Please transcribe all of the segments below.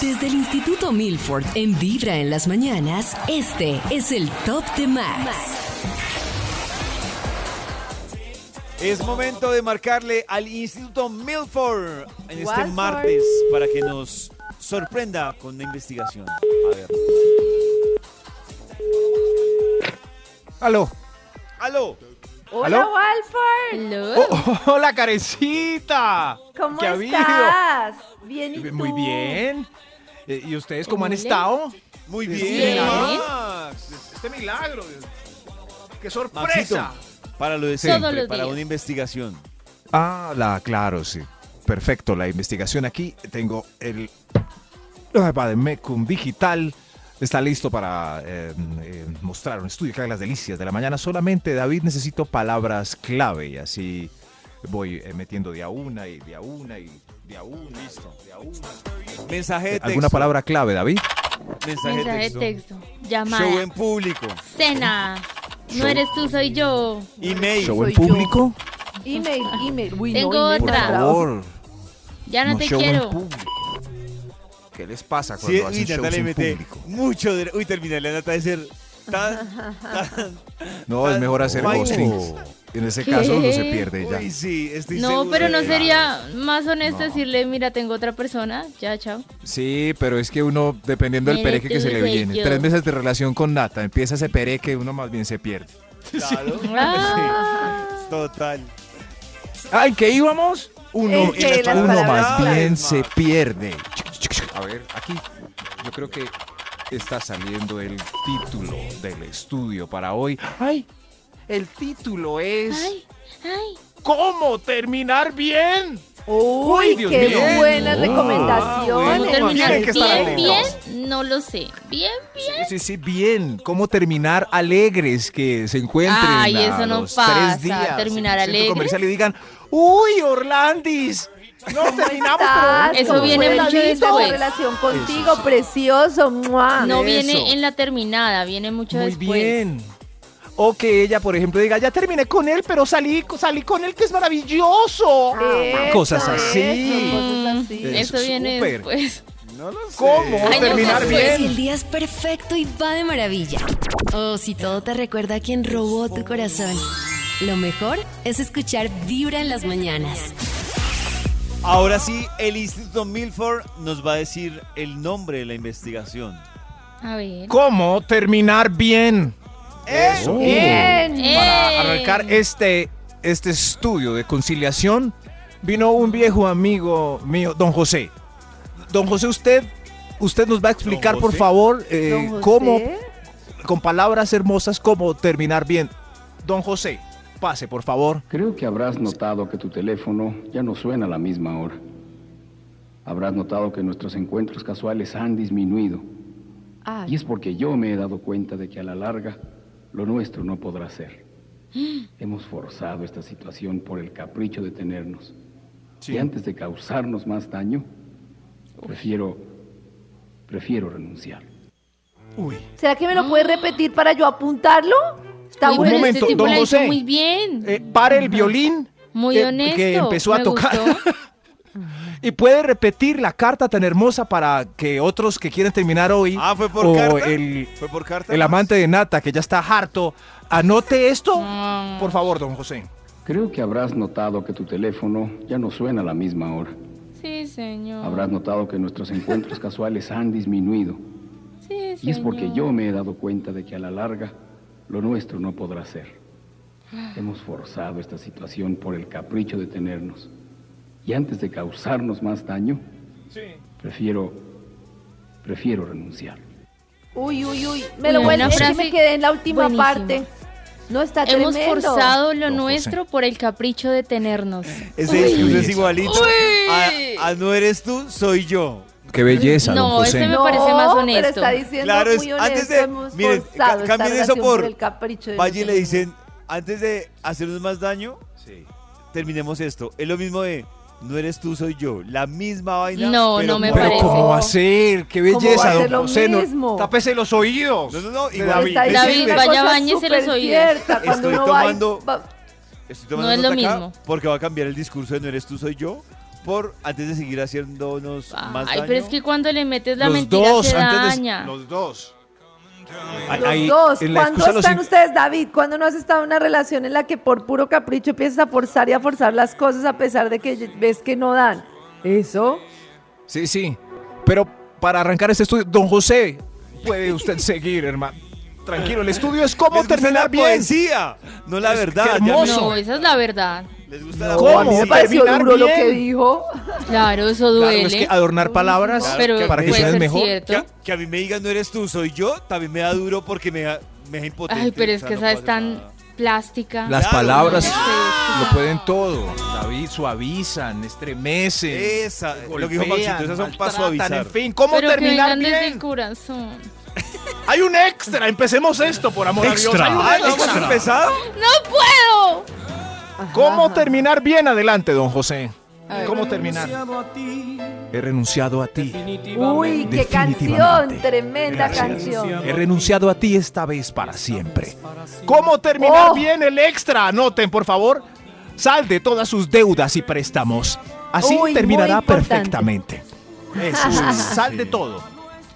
Desde el Instituto Milford en Vibra en las mañanas, este es el Top de Max. Es momento de marcarle al Instituto Milford en este Walford. martes para que nos sorprenda con una investigación. A ver. Aló. ¡Aló! Hola, ¿Aló? Walford. Oh, hola, carecita. ¿Cómo ¿Qué ha habido? estás? Bien, ¿y tú? Muy bien. Eh, ¿Y ustedes cómo han estado? Muy Bien. bien, Bien. Max. Este milagro. Dios. ¡Qué Maxito, sorpresa! para lo de Todos siempre, los para días. una investigación. Ah, la, claro, sí. Perfecto, la investigación aquí. Tengo el Bademecum digital. Está listo para eh, eh, mostrar un estudio que haga las delicias de la mañana. Solamente, David, necesito palabras clave y así voy eh, metiendo de a una y de a una y de a una. Listo. De a una. Mensaje de texto. ¿Alguna palabra clave, David? Mensaje, Mensaje de texto. Llamada. Show en público. Cena. Show. No eres tú, soy yo. Email. ¿Show en soy yo. público? Email, email. Uy, no, Tengo email Por otra. bravo. favor. Ya no, te show en quiero. público. ¿Qué les pasa cuando Sí, uy, hacen shows Nata le en mete público? mucho de... Uy, terminé la Nata de ser tan... tan... No, es mejor hacer Ay, no. hostings. En ese caso no se ¿Qué? pierde ya. Uy, sí, estoy No, seguro pero de no que- sería más honesto No. decirle, mira, tengo otra persona. Ya, chao. Sí, pero es que uno, dependiendo del Mire, pereque que tú se le soy viene, yo. tres meses de relación con Nata, empieza ese pereque, uno más bien se pierde. Claro. Ah. Sí, Total. ¿Al que íbamos? Uno, Es que las uno más palabras- bien Max. se pierde. A ver, aquí yo creo que está saliendo el título del estudio para hoy. ¡Ay! El título es... Ay, ay. ¿Cómo terminar bien? Uy, Dios qué mío. buenas Ah, ¿Cómo recomendaciones. bueno, terminar tienen que estar bien, bien? atentos. No lo sé. Bien, bien. Sí, sí, bien. ¿Cómo terminar alegres que se encuentren Ay, a eso no los pasa, tres días terminar en el centro alegres. comercial y digan, uy, Orlandis, nos terminamos. Estás, pero Eso ¿cómo viene fue la mucho vida, después. la relación contigo, precioso. ¡mua! No eso. viene en la terminada, viene mucho Muy después. bien. O que ella, por ejemplo, diga, ya terminé con él, pero salí, salí con él, que es maravilloso. Ah, Eso, Cosas así. eso, cosas así. Eh, Mm, Eso viene Súper. después. ¿Cómo Ay, no, terminar no, bien? Si el día es perfecto y va de maravilla. O si todo te recuerda a quien robó tu corazón. Lo mejor es escuchar Vibra en las mañanas. Ahora sí, el Instituto Milford nos va a decir el nombre de la investigación. A ver. ¿Cómo terminar bien? Eso. Bien. ¡Ey! Para arrancar este, este estudio de conciliación, vino un viejo amigo mío, don José. Don José, usted, usted nos va a explicar, por José. favor, eh, Don José. cómo, con palabras hermosas, cómo terminar bien. Don José, pase, por favor. Creo que habrás notado que tu teléfono ya no suena a la misma hora. Habrás notado que nuestros encuentros casuales han disminuido. Y Ay, es porque yo me he dado cuenta de que a la larga lo nuestro no podrá ser. Hemos forzado esta situación por el capricho de tenernos. Y antes de causarnos más daño, prefiero, prefiero renunciar. Uy. ¿Será que me lo Ah. puedes repetir para yo apuntarlo? Está Un Uy, pero bueno. momento, este tipo don la hizo José. muy bien. Eh, para el violín eh, Muy que, honesto. que empezó a me tocar. gustó. y puede repetir la carta tan hermosa para que otros que quieren terminar hoy Ah, fue por o carta. el ¿Fue por carta? El amante de Nata, que ya está harto. Anote esto, Mm. por favor, don José. Creo que habrás notado que tu teléfono ya no suena a la misma hora. Sí, señor. Habrás notado que nuestros encuentros casuales han disminuido. Sí, Y es porque señor. yo me he dado cuenta de que a la larga lo nuestro no podrá ser. Hemos forzado esta situación por el capricho de tenernos. Y antes de causarnos más daño, prefiero, prefiero renunciar. Uy, uy, uy. Me lo Uy, bueno una es que frase me quedé en la última buenísima. parte. No está Hemos Ah, tremendo. forzado lo Don José. nuestro por el capricho de tenernos. Ese discurso Uy. es igualito Uy. a, a no eres tú, soy yo. Qué belleza, don No, José. este me parece más Pero honesto. está diciendo Claro, es- muy antes honesto, de. hemos Miren, ca- forzado esta cambien eso relación por. el capricho de Valle los le niños. dicen, antes de hacernos más daño, terminemos esto. Es lo mismo de. No eres tú, soy yo. La misma vaina. No, pero no me Pero con- parece. ¿cómo va a ser? ¡Qué ¿Cómo belleza, va a ser don lo José! no- mismo? ¡Tápese los oídos! No, no, no, de igual- David. Está diciendo David, una vaya, cosa bañese los súper oídos. cierta, cuando Estoy uno va y- tomando- va- Estoy tomando No es lo nota acá mismo. Porque va a cambiar el discurso de no eres tú, soy yo. Por antes de seguir haciéndonos más Ay, daño. pero es que cuando le metes la los mentira dos, se antes de- daña. los dos. Los dos. ¿Cuándo están ustedes? ustedes, David? ¿Cuándo no has estado en una relación en la que por puro capricho empiezas a forzar y a forzar las cosas a pesar de que ves que no dan? Eso. Sí, sí. Pero para arrancar este estudio, don José, puede usted seguir, hermano. Tranquilo, el estudio es cómo ¿Les gusta terminar la bien. poesía? No la Es que verdad. ya hermoso. no. No, esa es la verdad. ¿Les gusta la ¿Cómo? A mí me Sí. pareció Terminar duro lo bien. que dijo. Claro, eso Claro, duele. es que adornar palabras Claro, pero que para que puede suenen ser mejor. cierto. Que, a- que a mí me digan no eres tú, soy yo, también me da duro porque me da, me da impotente. Ay, pero o es sea, que no esa puedo es hacer tan nada. plástica. Las Claro, palabras no sé, lo pueden todo. David, suavizan, estremecen. Esa, lo que dijo golpean, Maxito, esas son para maltratan, suavizar. En fin, ¿cómo pero que terminar vengan desde bien? el corazón. Hay un extra, empecemos esto, por amor Extra. a Dios. Ay, Hay un ¿no hemos extra. empezado? ¡No puedo! ¿Cómo terminar bien? Adelante, don José. ¿Cómo terminar? He renunciado a ti. Uy, qué Definitivamente. canción, tremenda Gracias. canción. He renunciado a ti esta vez para siempre. ¿Cómo terminar Oh. bien el extra? Anoten, por favor. Sal de todas sus deudas y préstamos. Así Uy, muy terminará importante. Ah. perfectamente. Eso, sí, sal de todo.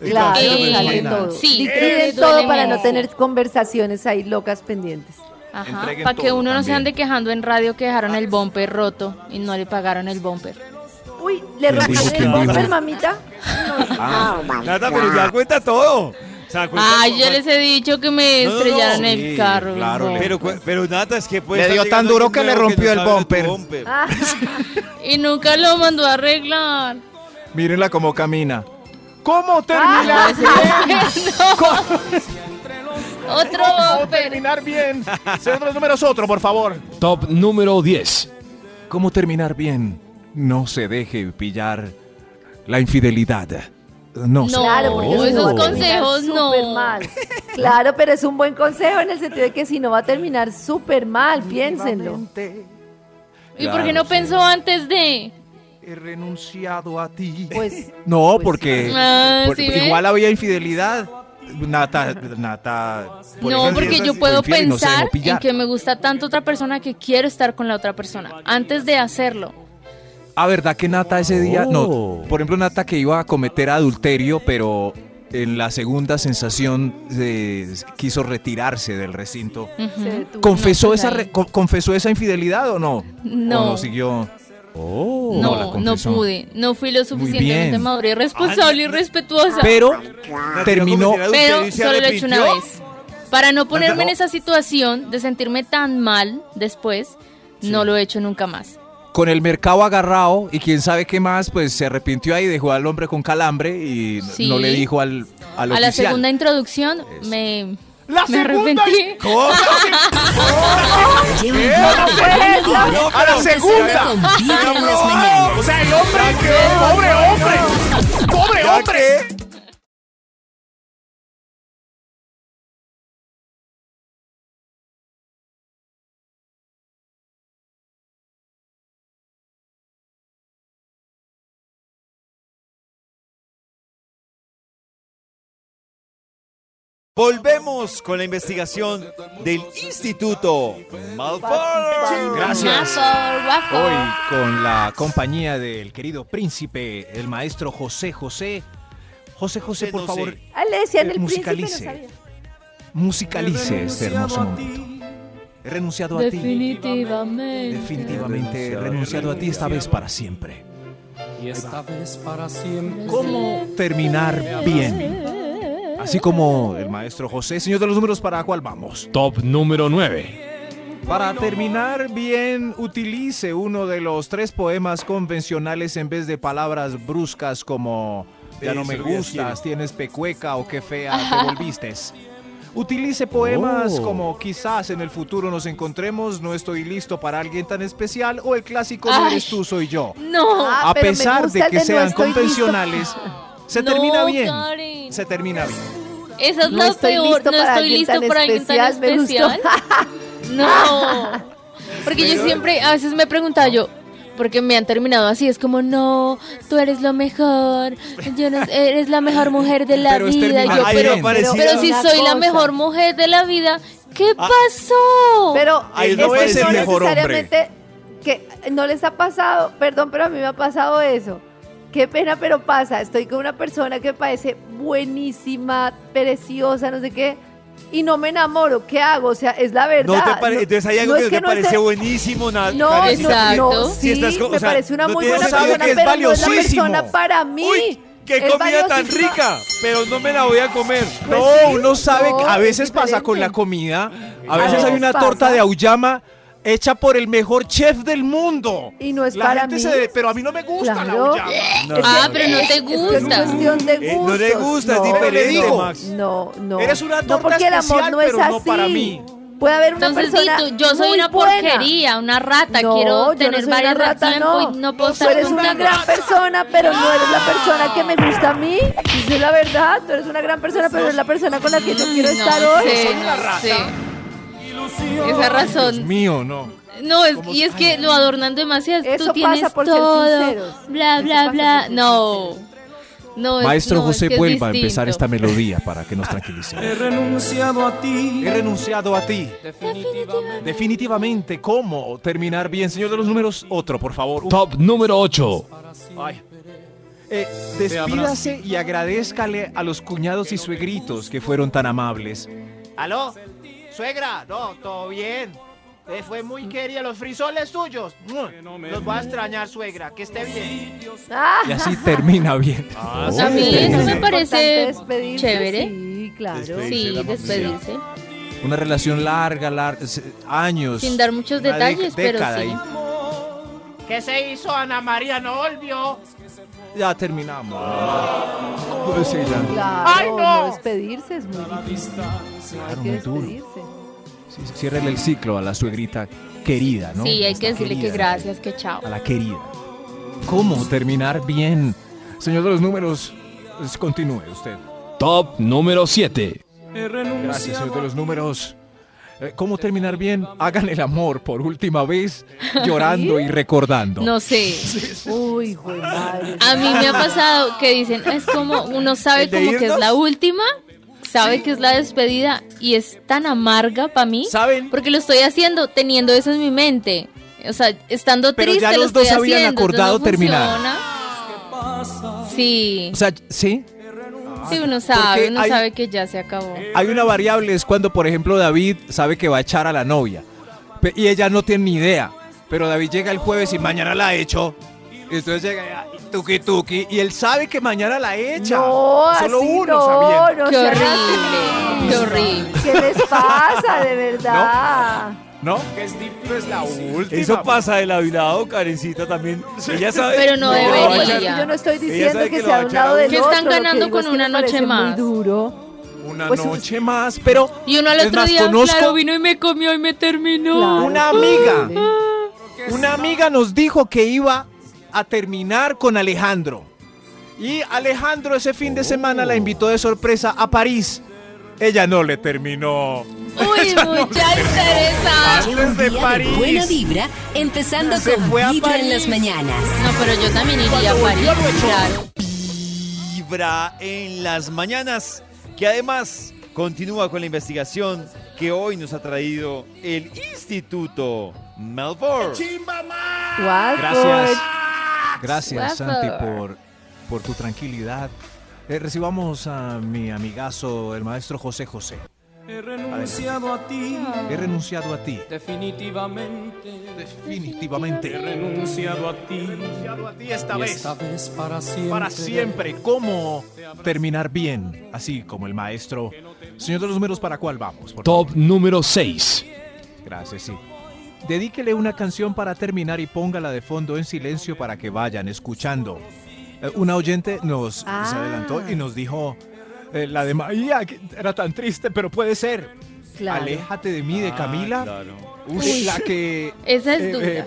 Claro, pues, Eh, sale no. todo. Sí, Liquiden duele todo para menos. no tener conversaciones ahí locas pendientes. Ajá, Entreguen para que todo uno no se también. ande quejando en radio que dejaron el bumper roto y no le pagaron el bumper. Uy, ¿le ¿Quién dijo, rascaron el quién dijo? bumper, mamita? Ah. Ah. Nada, pero se da cuenta todo. Se Pues, da cuenta Ay, todo. yo les he dicho que me No, no, no. estrellaron el Sí, carro. el claro, bumper. Pero, cu- pero Nata, es que puede Le estar dio tan llegando duro alguien que le nuevo rompió no el sabe de bumper. tu Ah, Y nunca lo mandó a arreglar. Mírenla cómo camina. ¿Cómo terminar Ah, bien? Otro ¿Cómo bumper. terminar bien? Señor números otro, por favor. Top número 10. ¿Cómo terminar bien? No se deje pillar la infidelidad. No, se- Claro, porque No, si no va a esos terminar consejos no. súper mal. Claro, pero es un buen consejo en el sentido de que si no va a terminar súper mal, piénsenlo. ¿Y por qué no pensó antes de? He renunciado a ti. Pues no, pues porque, Ah, Eh, por- ¿sí ve? igual había infidelidad. Nata, Nata. por no, ejemplo, porque yo fue puedo infiel y no se dejó pensar en pillar. que me gusta tanto otra persona que quiero estar con la otra persona antes de hacerlo. Ah, ¿verdad que Nata ese día? No, por ejemplo, Nata que iba a cometer adulterio, pero en la segunda sensación eh, quiso retirarse del recinto. Ujú. se detuvo. ¿Confesó, No, pues esa ahí. re- co- ¿Confesó esa infidelidad o no? No. ¿O no siguió? Oh. no Oh, la No, no, confesó. pude. No fui lo suficientemente bien. Ah, madura y responsable y respetuosa. Pero Nata, terminó. cometerá adulterio Pero y se solo lo he hecho una arrepintió. vez. Para no ponerme en no. esa situación de sentirme tan mal después, no lo he hecho nunca más. con el mercado agarrado y quién sabe qué más, pues se arrepintió ahí, dejó al hombre con calambre y n- Sí. no le dijo al, al A la oficial. segunda introducción me, me segunda- arrepentí. Lleva invicto una liga ¡A la empezando segunda! con vibra en las mañanas. O sea, el hombre, pobre hombre, pobre hombre. Volvemos con la investigación del Instituto Malfoy. Gracias. Guapo, guapo. Hoy con la compañía del querido príncipe, el maestro José José. José José, por No sé. favor, Ah, le decían Eh, el príncipe, no musicalice. sabía. musicalice este hermoso momento. He renunciado a ti. Definitivamente. Definitivamente he renunciado a ti esta vez para siempre. Y esta vez para siempre. ¿Cómo terminar bien? Así como el maestro José, señor de los números, ¿para cuál vamos? Top número 9. Para terminar bien, utilice uno de los tres poemas convencionales en vez de palabras bruscas como ya no Eso me es lo que ella gustas, tienes pecueca o qué fea te volviste. Utilice poemas Oh. como quizás en el futuro nos encontremos, no estoy listo para alguien tan especial o el clásico no Ay. eres tú, soy yo. No. Ah, A pero me pesar gusta de el que de no sean estoy listo. convencionales, se No, termina bien. Karen. Se termina bien. Esa es No la estoy peor. listo No para estoy alguien listo tan para alguien tan especial, me gustó. especial. No. Porque yo siempre, a veces me preguntaba yo, porque me han terminado así, es como, no, tú eres lo mejor, yo no- eres la mejor mujer de la Pero es vida. terminar Yo, Ahí pero, no parecía. pero si Una soy la cosa. mejor mujer de la vida, ¿qué Ah. pasó? Pero Ahí es no que es el no mejor hombre. necesariamente que no les ha pasado, perdón, pero a mí me ha pasado eso. Qué pena, pero pasa. Estoy con una persona que me parece buenísima, preciosa, no sé qué, y no me enamoro. ¿Qué hago? O sea, es la verdad. No te pare- Entonces hay algo no que es no te parece esté- buenísimo, nada. No, Karencita, porque no, no, Exacto. sí, si estás con- o me sea, parece una no muy tiene buena sentido persona, que es pero no es la valiosísimo. persona para mí. ¡Uy! ¡Qué Es comida tan valiosísima. rica! Pero no me la voy a comer. No, uno sabe, Pues no, que a es veces pasa con la diferente. comida, a veces No. hay una Pasa. torta de auyama hecha por el mejor chef del mundo. Y no es La para gente mí. se- pero a mí no me gusta la Claro. auyama. No, ah, no, pero no te Es que es gusta. cuestión de Eh, no le gustos. gusta, es No, diferente, le digo. Max. No, no. Eres una No, torta porque el amor especial, no es pero así. no para mí. Puede haber una Entonces, di persona tú, yo soy muy una buena. porquería, una No, rata, yo quiero no tener soy una varias rata, tiempo no. y no puedo Tú estar eres una contigo. gran persona, pero no eres la persona que me gusta a mí. Esa es la verdad. Tú eres una gran persona, pero eres la persona con la que yo quiero estar Mm, no hoy. sé, no sé. Esa Dios razón. mío, no. No, es, y es que lo adornan demasiado. es, Eso Tú pasa tienes por ser todo. sinceros. bla, Eso bla, pasa por bla. ser No. No, es- Maestro no, es José, que es vuelva a empezar esta distinto. melodía para que nos tranquilicemos. He renunciado a ti. He renunciado a ti. Definitivamente. Definitivamente, ¿cómo terminar bien? Señor de los números, otro, por favor. Un- Top número 8. Ay. Eh, despídase y agradezcale a los cuñados y suegritos que fueron tan amables. ¿Aló? Suegra, no, todo bien. Eh, fue muy querida, los frisoles suyos. Los voy a extrañar, suegra, que esté bien. Ah, Y así termina bien. A mí Sí. eso me Sí. parece Importante despedirse, chévere. Sí, claro. Despedirse. Sí, la despedirse. Una relación larga, larga, años. Sin dar muchos una dec- detalles, pero década sí. ¿Qué se hizo Ana María? ¿No volvió? ahí. Ya terminamos. Pero sí, ya. Claro, ¡Ay, no! despedirse es muy difícil. No hay Claro, que muy duro. despedirse. Sí, sí, ciérrale el ciclo a la suegrita querida, ¿no? pues Sí, hay Nuestra que decirle que querida, gracias, que chao. A la querida. ¿Cómo terminar bien? Señor de los números, pues, continúe usted. Top número 7. Gracias, señor de los números. Eh, ¿Cómo terminar bien? Hagan el amor por última vez, llorando y recordando. No sé. Uy, hijo de madre. A mí me ha pasado que dicen, es como uno sabe ¿El de como que es irnos? la última, sabe que es la despedida y es tan amarga para mí. ¿Saben? Porque lo estoy haciendo teniendo eso en mi mente. O sea, estando Pero triste ya lo los dos estoy habían haciendo, entonces acordado no terminar. funciona. Sí, O sea, sí, sí, uno sabe, porque uno hay- Eh, sabe que ya se acabó. hay una variable, es cuando, por ejemplo, David sabe que va a echar a la novia pe- y ella no tiene ni idea, pero David llega el jueves y mañana la echo. Y entonces llega ya, tuki tuki, y él sabe que mañana la echa. No, Solo así uno no, sabiendo. no Qué sean horrible, así. qué horrible. ¿Qué les pasa, de verdad? ¿No? Que es difícil. La última. Eso pasa de la vilado, Karencita también. Ella sabe. Pero no No, que lo va a debería. pues, echar. yo no estoy Ella diciendo sabe que, que lo va sea a de un echar a lado del Que otro. están lo que ganando digo con es que una me noche parece más. Muy duro. Una Pues- noche más, pero. Y uno al es otro más, día, conozco claro, vino y me comió y me terminó. Claro, Una qué amiga. horrible. Una amiga nos dijo que iba a terminar con Alejandro. Y Alejandro ese fin de semana la invitó de sorpresa a París. Ella no le terminó. Uy, mucha interesante. Lleva un Desde día de París. buena vibra, empezando Se con fue a Vibra en París. las mañanas. No, pero yo también iría a París, claro. Vibra en las mañanas, que además continúa con la investigación que hoy nos ha traído el Instituto Melbourne. What Gracias. good. Gracias, Por Santi, por, favor. por tu tranquilidad. Eh, recibamos a mi amigazo, el maestro José José. He renunciado a ti. He renunciado a ti. Definitivamente. He Definitivamente. renunciado a ti. a ti esta Y esta vez para siempre. para siempre. ¿Cómo terminar bien? Así como el maestro. Señor de los números, ¿para cuál vamos? por Top favor? número 6. Gracias, sí. Dedíquele una canción para terminar y póngala de fondo en silencio para que vayan escuchando. Eh, Una oyente nos, nos Ah. adelantó y nos dijo, eh, la de María, que era tan triste, pero puede ser. Claro. Aléjate de mí, de Ah, Camila. claro. Uy, la que. Esa es eh, dura. eh,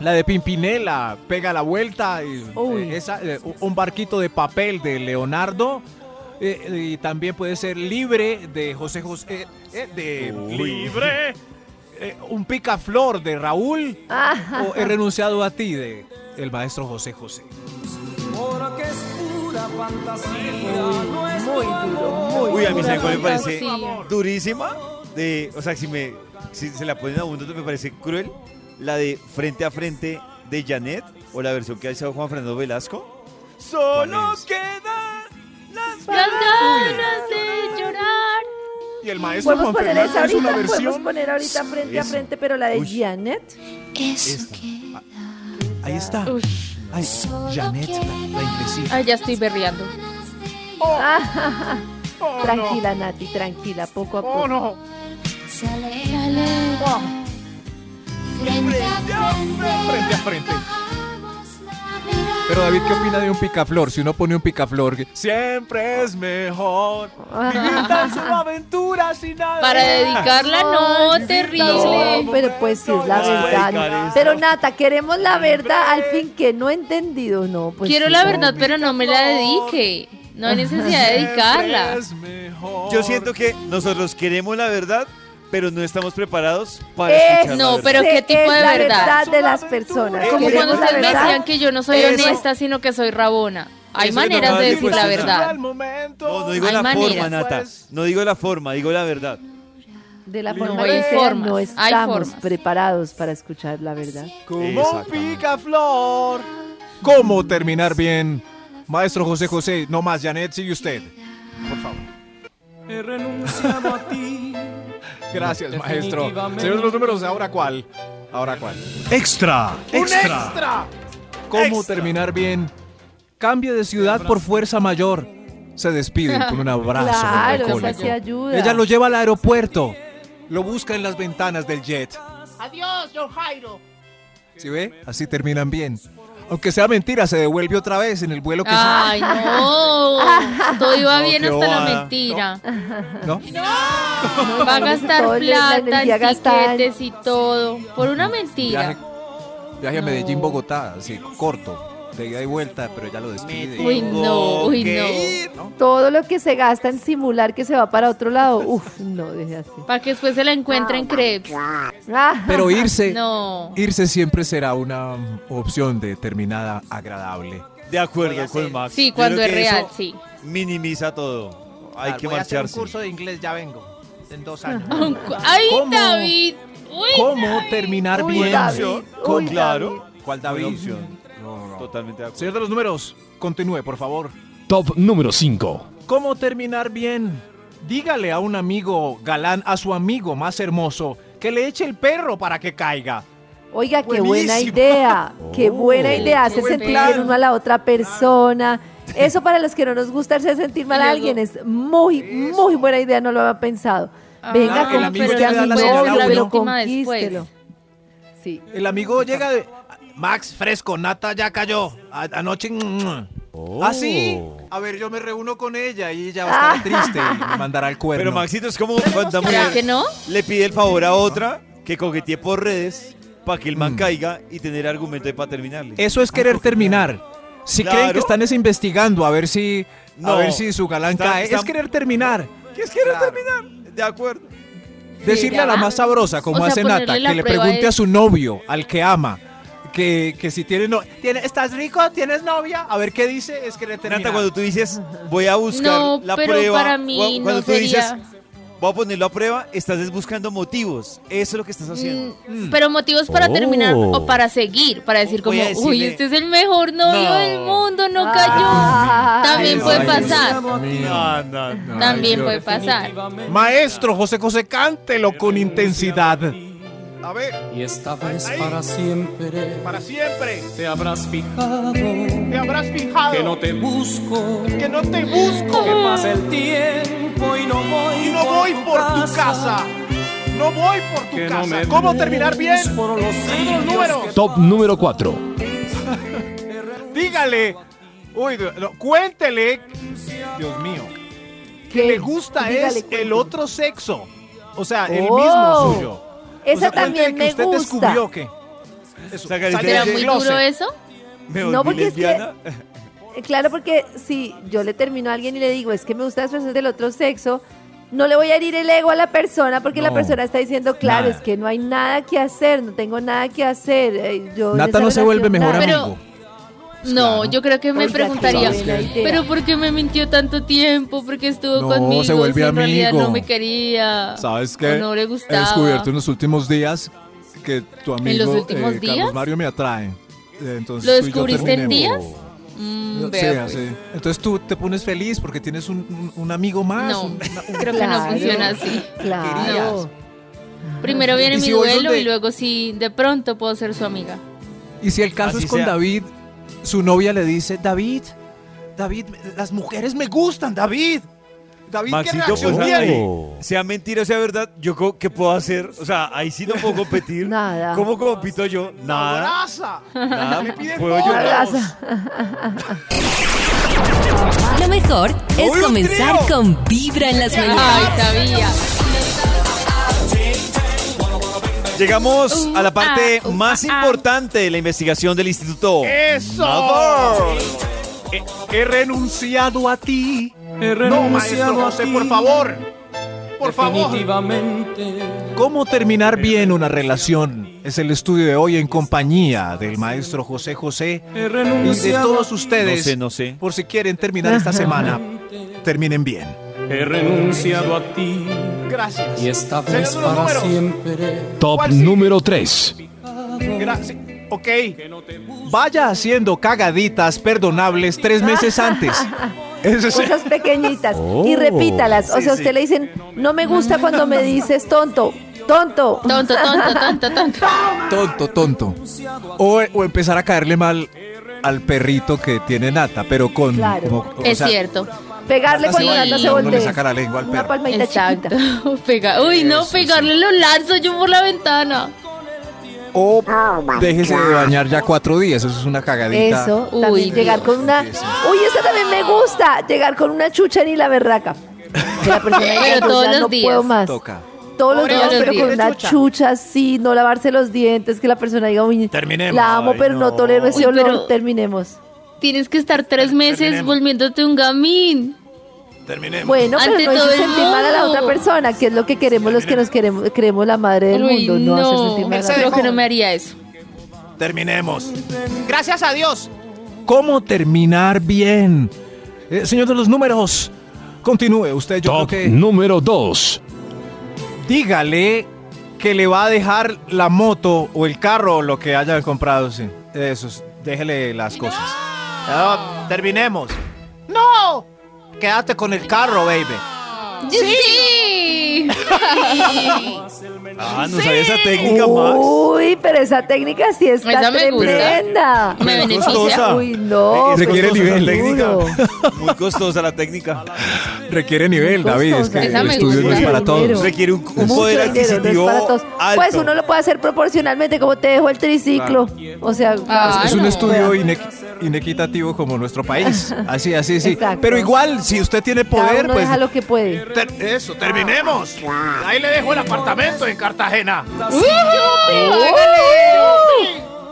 la de Pimpinela, pega la vuelta. y, eh, esa, eh, un barquito de papel de Leonardo. eh, y también puede ser libre de José José. eh, eh, de Libre. eh, un picaflor de Raúl. Ah, o he renunciado a ti de el maestro José José. Porque es pura fantasía. muy duro, muy Uy, a mí Pura ¿saben cuál me parece fantasía. durísima. De, o sea, si, me, si se la ponen a un me parece cruel. La de frente a frente de Janet o la versión que ha hecho Juan Fernando Velasco. Solo es? quedan las Las ganas de llorar. Y el maestro Podemos poner esa es una ahorita, podemos versión. poner ahorita frente a Eso. frente, pero la de Uy. Janet. Eso queda. Ahí está. Uy, Ay, Janet, la, la indecisa. ay, ya estoy berreando. Ah, Tranquila, Nati, tranquila, poco a poco. Oh, Frente a frente. Pero David, ¿qué opina de un picaflor? Si uno pone un picaflor, que siempre es mejor vivir tan solo aventura sin nada. Para dedicarla, no, terrible. No, pero pues sí es la Ay, verdad. Karen, Pero no. Nata, queremos la verdad al fin que no he entendido, no. Pues Quiero sí, la no. verdad, pero no me la dedique. No hay necesidad de Siempre dedicarla. es mejor. Yo siento que nosotros queremos la verdad, pero no estamos preparados para Eh, escuchar la no, verdad. pero Sé ¿qué tipo es de la verdad? de las personas. Es Como Queremos cuando Queremos la ustedes me verdad. decían que yo no soy Eso. honesta, sino que soy rabona. Eso Hay es lo maneras más de decir la difícil. verdad. Al momento. No, no digo Hay la forma, maneras. Nata. No digo la forma, digo la verdad. De la No forma hay que sea, formas, no hay estamos formas. preparados para escuchar la verdad. Como un Exactamente. picaflor. ¿Cómo terminar bien? Maestro José José, no más, Janet, sigue usted. Por favor. He renunciado a ti. Gracias, maestro. Definitivamente. Señor de los números, ¿ahora cuál? ¿Ahora cuál? Extra, extra. ¿Cómo Extra. terminar bien? Cambie de ciudad por fuerza mayor. Se despiden con un abrazo. Claro, o sea, melancólico. que ayuda. Ella lo lleva al aeropuerto. Lo busca en las ventanas del jet. Adiós, John Jairo. ¿Sí ve? Así terminan bien. Aunque sea mentira, se devuelve otra vez en el vuelo que se- Ay, no. Todo iba No, bien qué hasta la bobada. mentira. ¿No? Va a Todo gastar el- la plata energía en gastada en- tiquetes y todo. Por una Viaje, mentira. viaje a No. Medellín, Bogotá, así corto, de ida y vuelta, pero ya lo despide. Uy, no, uy, que no. Todo lo que se gasta en simular que se va para otro lado, uff, no, deje así. Para que después se la encuentren crepes. Ah, Pero irse, No. irse siempre será una opción de terminada agradable. De acuerdo con Max. Sí, Yo cuando creo es que real, eso sí. Minimiza todo. Hay Ah, que marcharse. de inglés, ya vengo, en dos años. Ay, ¿Cómo? David. Uy, ¿Cómo terminar Uy, bien? David, Con- uy, claro. ¿Cuál Buena David? opción. Totalmente de acuerdo. Señor de los números, continúe, por favor. Top número 5. ¿Cómo terminar bien? Dígale a un amigo galán, a su amigo más hermoso, que le eche el perro para que caiga. Oiga, qué buena Buenísimo. idea, qué buena idea, hace buen sentir plan. bien uno a la otra persona. Eso para los que no nos gusta hacer sentir mal a luego- alguien es muy, muy buena idea, no lo había pensado. Ah, Venga, Claro, el amigo conquiste ya a da mi la señal a novio, uno. pero Víctima después. conquístelo. Sí. El amigo llega de. Max, fresco, Nata ya cayó. A- anoche. mm, Oh. ¿Ah, sí? A ver, yo me reúno con ella y ella va a estar triste y me mandará el cuerno. Pero Maxito es como cuando una ¿Será que mujer no? le pide el favor a otra que coquetee por redes para que el man caiga y tener argumento para terminarle. Eso es querer terminar. Si Claro. creen que están es investigando a ver si, a No. ver si su galán Están- cae, están- es querer terminar. ¿Qué es querer Claro. terminar? De acuerdo. Decirle a la ¿Será? más sabrosa, como O sea, hace ponerle Nata, la que le prueba pregunte de- a su novio, al que ama, que, que si tiene, no, tiene- ¿Estás rico? ¿Tienes novia? A ver qué dice, es querer terminar. Nata, cuando tú dices voy a buscar No, la pero prueba, para mí cua- no cuando tú dices sería- voy a ponerlo a prueba, estás es buscando motivos. Eso es lo que estás haciendo. Mm, Pero motivos para terminar o para seguir, para decir Voy como, a uy, decirle- este es el mejor novio No. del mundo, no cayó. Ah, También puede Ay, pasar, Renunciado a ti. No, no, no. también Dios. puede pasar. Definitivamente Maestro José José, cántelo con intensidad. A ver, Y esta vez para siempre para siempre. te habrás fijado Te habrás fijado que no te busco. que no te busco. Que pasa el tiempo y no voy, Y no voy por tu casa. No voy por tu Que no casa. me ¿Cómo terminar bien? busques Por los sitios números. que Top número 4. Dígale. Uy, no, cuéntele. Dios mío. que ¿Qué? le gusta Dígale, es eh, el cuénteme. otro sexo. O sea, el Oh. mismo suyo. Esa O sea, cuente también que me usted gusta. descubrió que. Eso, Sacaré- salió ¿Será del muy closet. duro eso? ¿Me No, volví porque es que- lesbiana? Eh, Claro, porque si yo le termino a alguien y le digo, es que me gusta expresar del otro sexo, no le voy a herir el ego a la persona porque la No, persona está diciendo, claro, nada. es que no hay nada que hacer, no tengo nada que hacer. eh, Yo en Nata esa no se vuelve relación, mejor nada". Pero- amigo. Pues No, yo creo que me Oiga, qué preguntaría, buena idea. pero ¿por qué me mintió tanto tiempo? ¿Por qué estuvo No, conmigo? se vuelve si en realidad amigo. no me quería. ¿Sabes o qué? no le He gustaba. descubierto en los últimos días que tu amigo los últimos eh, días? Carlos Mario me atrae. Eh, Entonces, ¿Lo tú y yo descubriste en terminemos. días? Mm, Sí, vea, pues. así. Entonces tú te pones feliz porque tienes un, un- un amigo más. No, un- una- un- creo que no Claro. funciona así. Claro. pues. Primero viene ¿Y mi si voy duelo donde- y luego sí, de pronto puedo ser su amiga. Y si el caso Así es con sea. David, su novia le dice, David, David, las mujeres me gustan, David. David, ¿qué Maxito, reacción pues, tiene? ahí, sea mentira o sea verdad, yo co- qué puedo hacer, o sea, ahí sí no puedo competir. Nada. ¿Cómo compito yo? Nada. ¡Abraza! Nada. Me piden Puedo yo. Abraza. Lo mejor es ¡Uy, un comenzar trío! con Vibra en las Ay, mañanas. sabía. Llegamos a la parte Uh, ah, uh, más ah, ah. importante de la investigación del Instituto. Eh, ¡Eso! Malboro. He renunciado a ti. He No, maestro renunciado a José, ti, por favor. Por favor. Definitivamente. ¿Cómo terminar bien una relación? Es el estudio de hoy en compañía del maestro José José He y de renunciado todos ustedes. No sé, no sé. Por si quieren terminar esta semana, terminen bien. He renunciado a ti. Gracias. Y esta Señor vez de los para números. siempre. Top ¿Cuál sigue? número 3. Gracias. Ok. Vaya haciendo cagaditas perdonables tres meses antes. Ese es- Cosas pequeñitas. Oh. Y repítalas. O sea, a usted le dicen, no me gusta cuando me dices tonto, tonto. Tonto, tonto, tonto, tonto. Tonto, tonto. O, o empezar a caerle mal al perrito que tiene nata, pero con. Claro. o Es sea, cierto. Pegarle Nata cuando se Sí. Nata se voltea, uno le voltee. saca la lengua al Una perro. palmadita Exacto. chiquita. Pega. Uy, no, pegarle lo lanzo yo por la ventana. O déjese de bañar ya cuatro días. Eso es una cagadita. Eso, Uy, también Dios. llegar con una. Uy, esa también me gusta. Llegar con una chucha ni la berraca. Que la persona diga, Pero "Yo todos ya los no días. puedo más. Toca. Todos los Pobre días, los pero días. con una Chucha. chucha así, no lavarse los dientes, que la persona diga, uy, Terminemos. la amo, Ay, pero no, no. tolero ese Uy, olor, pero- terminemos. Tienes que estar tres meses volviéndote un gamín. Terminemos. Bueno, Ante pero no todo hizo el sentir mal a la otra mundo. persona, que es lo que queremos los que nos queremos, creemos la madre del Uy, mundo, no, hacer no. sentir mal a la Creo otra. que no me haría eso. Terminemos. Gracias a Dios. ¿Cómo terminar bien? Eh, señor de los números, continúe. Usted, yo Top creo que. número 2. Dígale que le va a dejar la moto o el carro o lo que haya comprado, sí. Eso, es, déjele las cosas. Ah, terminemos. ¡No! Quédate con el carro, baby. Sí. Ah, no sabía esa técnica, Uh, Max. Uy, pero esa técnica sí está Esa me gusta. tremenda. Me Pero es beneficia. costosa. Uy, no. Es Requiere costosa esa nivel. técnica. Muy costosa la técnica. Requiere nivel, David. Es que el Esa me estudio no gusta. es para todos. Dinero. Requiere un, un Mucho poder dinero, no es adquisitivo para todos. alto. Pues uno lo puede hacer proporcionalmente, como te dejo el triciclo. O sea, Ah, Es un no. estudio inequ- inequitativo como nuestro país. Así, así, sí. Exacto. Pero igual, si usted tiene cada poder, uno pues deja lo que puede. Ter- eso, terminemos. Ahí le dejo el apartamento en Cartagena.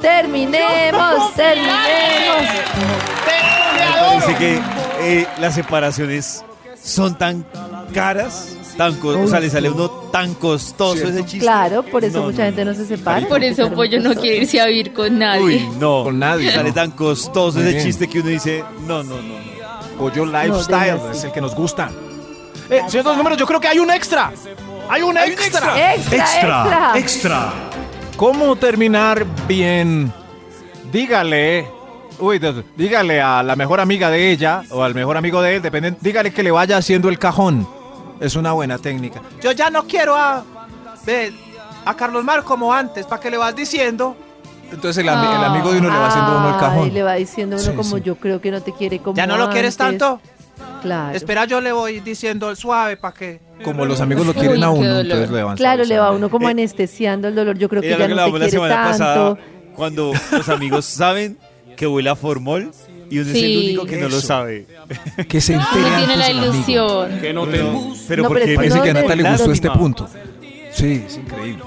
Terminemos, terminemos. Dice que eh, las separaciones son tan caras, tan co- o sea, le sale uno tan costoso ese chiste. Claro, por eso mucha gente no se separa. Por eso Pollo no quiere irse a vivir con nadie. Uy, no. Con nadie, Sale no. tan costoso Muy ese bien. chiste que uno dice, no, no, no. no. Pollo Lifestyle déjalo así. es el que nos gusta. Eh, señor de los números, yo creo que hay un extra. Hay un extra. Extra, extra. Extra. ¿Cómo terminar bien? Dígale, uy, de- dígale a la mejor amiga de ella o al mejor amigo de él, depende, dígale que le vaya haciendo el cajón. Es una buena técnica. Yo ya no quiero a, de- a Carlos Mar como antes, ¿para qué le vas diciendo? Entonces el, ami- el Ah. amigo de uno le va haciendo uno el Ay, cajón. le va diciendo uno Sí, como sí. yo creo que no te quiere como ¿Ya no lo quieres antes. tanto? Claro. Espera, yo le voy diciendo suave para que... Como los amigos lo quieren Uy, a qué uno, dolor. entonces le van Claro, le va suavizando. uno como anestesiando el dolor. Yo creo que Era lo que ya no te hablamos la quiere semana tanto. pasada, cuando los amigos saben que huele a formol, Y usted es Sí. el único que no lo Eso. sabe. Que se Que tiene la ilusión. Que no te Pero No, porque pero parece que a Natalia le gustó este Lástima. punto. Sí, es increíble.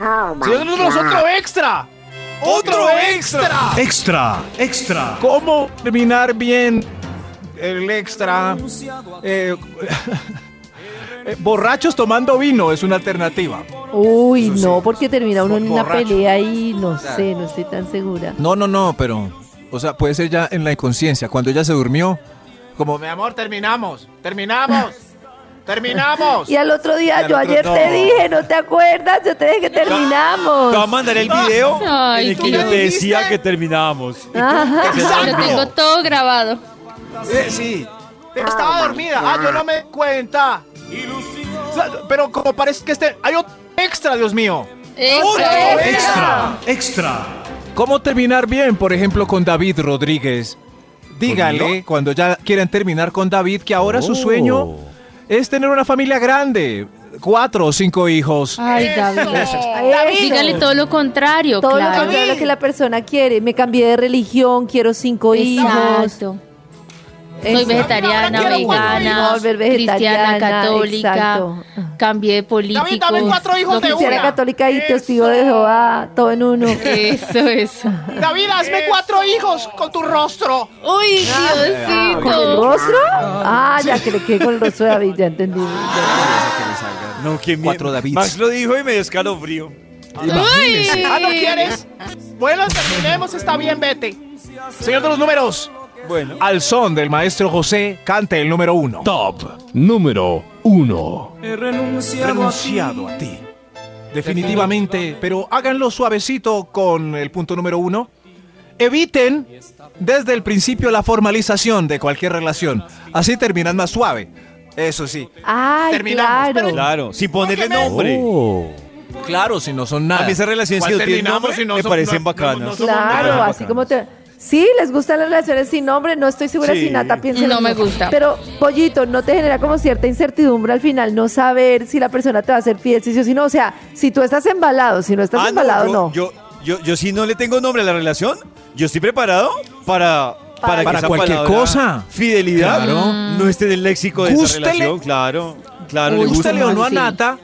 Ah, ¡Nosotros otro extra! Oh, ¡Otro extra! Extra, extra. ¿Cómo terminar bien el extra? Eh, eh, borrachos tomando vino es una alternativa. Uy, no, porque termina uno en una Borracho. pelea y no Claro. sé, no estoy tan segura. No, no, no, pero. O sea, puede ser ya en la inconsciencia. Cuando ella se durmió, como me Mi amor, terminamos. Terminamos. Terminamos. Y al otro día, Y al yo otro- ayer te no. dije, ¿no te acuerdas? Yo te dije que terminamos. Te voy a mandar el Ah. video Ay, en el ¿tú que yo me te decía que terminábamos. Ajá. Lo tengo todo grabado. sí. Eh, Estaba dormida. Ah, yo no me di cuenta. O sea, Pero como parece que este. Hay otro extra, Dios mío. eh. Extra. Extra, extra. ¿Cómo terminar bien, por ejemplo, con David Rodríguez? Dígale, cuando ya quieran terminar con David, que ahora su sueño es tener una familia grande, cuatro o cinco hijos. Ay, David. Dígale todo lo contrario, Todo lo claro. contrario a lo que la persona quiere. Me cambié de religión, quiero cinco hijos. Exacto. Soy Eso. vegetariana, Quiero cuatro vegana, hijos. Volver cristiana, vegetariana, católica, exacto. cambié de político. David, dame cuatro hijos lo que de Cristiana una. católica y testigo de Jehová, todo en uno. Eso, eso. David, hazme cuatro hijos con tu rostro. Uy, ¿Con el Diosito. rostro? Ah, ya que le quedé con el rostro de David, ya entendí. No, que mi- Cuatro Davids. Max lo dijo y me dio escalofrío. Uy. Ah, ¿no quieres? Bueno, terminemos. Está bien, vete. Señor de los números. Bueno. Ah, Al son del maestro José, cante el número uno. Top número 1. He renunciado, Renunciado a ti. Definitivamente, pero háganlo suavecito con el punto número uno. Eviten desde el principio la formalización de cualquier relación. Así terminan más suave. Eso sí. Ay, Terminamos, claro. Claro, sin ponerle nombre. Uh, Oh. Claro, si no son nada. A mí esas relaciones ¿Cuál que no tienen terminamos nombre si no me son- parecen no- no- bacanas. no son- Claro, bacanas. así como te. Sí, les gustan las relaciones sin nombre, no estoy segura Sí. si Nata piensa. lo No me mismo. gusta. Pero, pollito, ¿no te genera como cierta incertidumbre al final no saber si la persona te va a ser fiel, si sí o si no? O sea, si tú estás embalado, si no estás Ah, no, embalado, no. yo, Yo, yo, yo si no le tengo nombre a la relación, yo estoy preparado para... Para, que Para esa cualquier palabra cosa. Fidelidad Claro. no esté en el léxico de Gústele. esa relación, claro. Claro, le gusta. Gústele o no a Sí. Nata,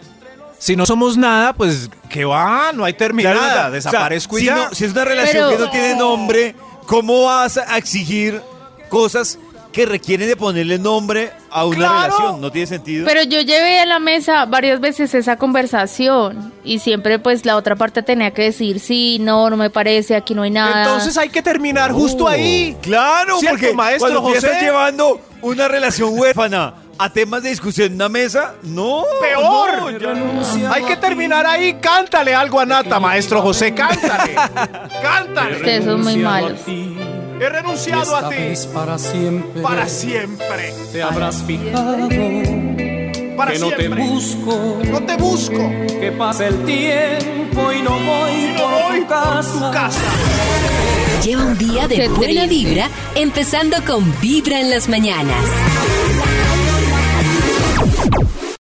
si no somos nada, pues que va, no hay terminada, Claro, nada. desaparezco O sea, y si, ya. no- si es una relación Pero- que no tiene nombre, ¿cómo vas a exigir cosas que requieren de ponerle nombre a una Claro. relación? No tiene sentido. Pero yo llevé a la mesa varias veces esa conversación y siempre pues la otra parte tenía que decir sí, no, no me parece, aquí no hay nada. Entonces hay que terminar justo Oh. ahí. Claro, ¿Cierto, porque maestro cuando tú estás José? llevando una relación huérfana a temas de discusión en una mesa, no. Peor. no, ya no. Hay que terminar ahí. Cántale algo a Nata, maestro José. Cántale. Cántale. Ustedes son muy malos. He renunciado a ti para siempre. para siempre. Te habrás fijado Para que no te siempre. busco. No te busco. Que pasa el tiempo y no voy No por voy tu casa. por tu casa. Lleva un día de Qué buena triste. vibra, empezando con Vibra en las mañanas.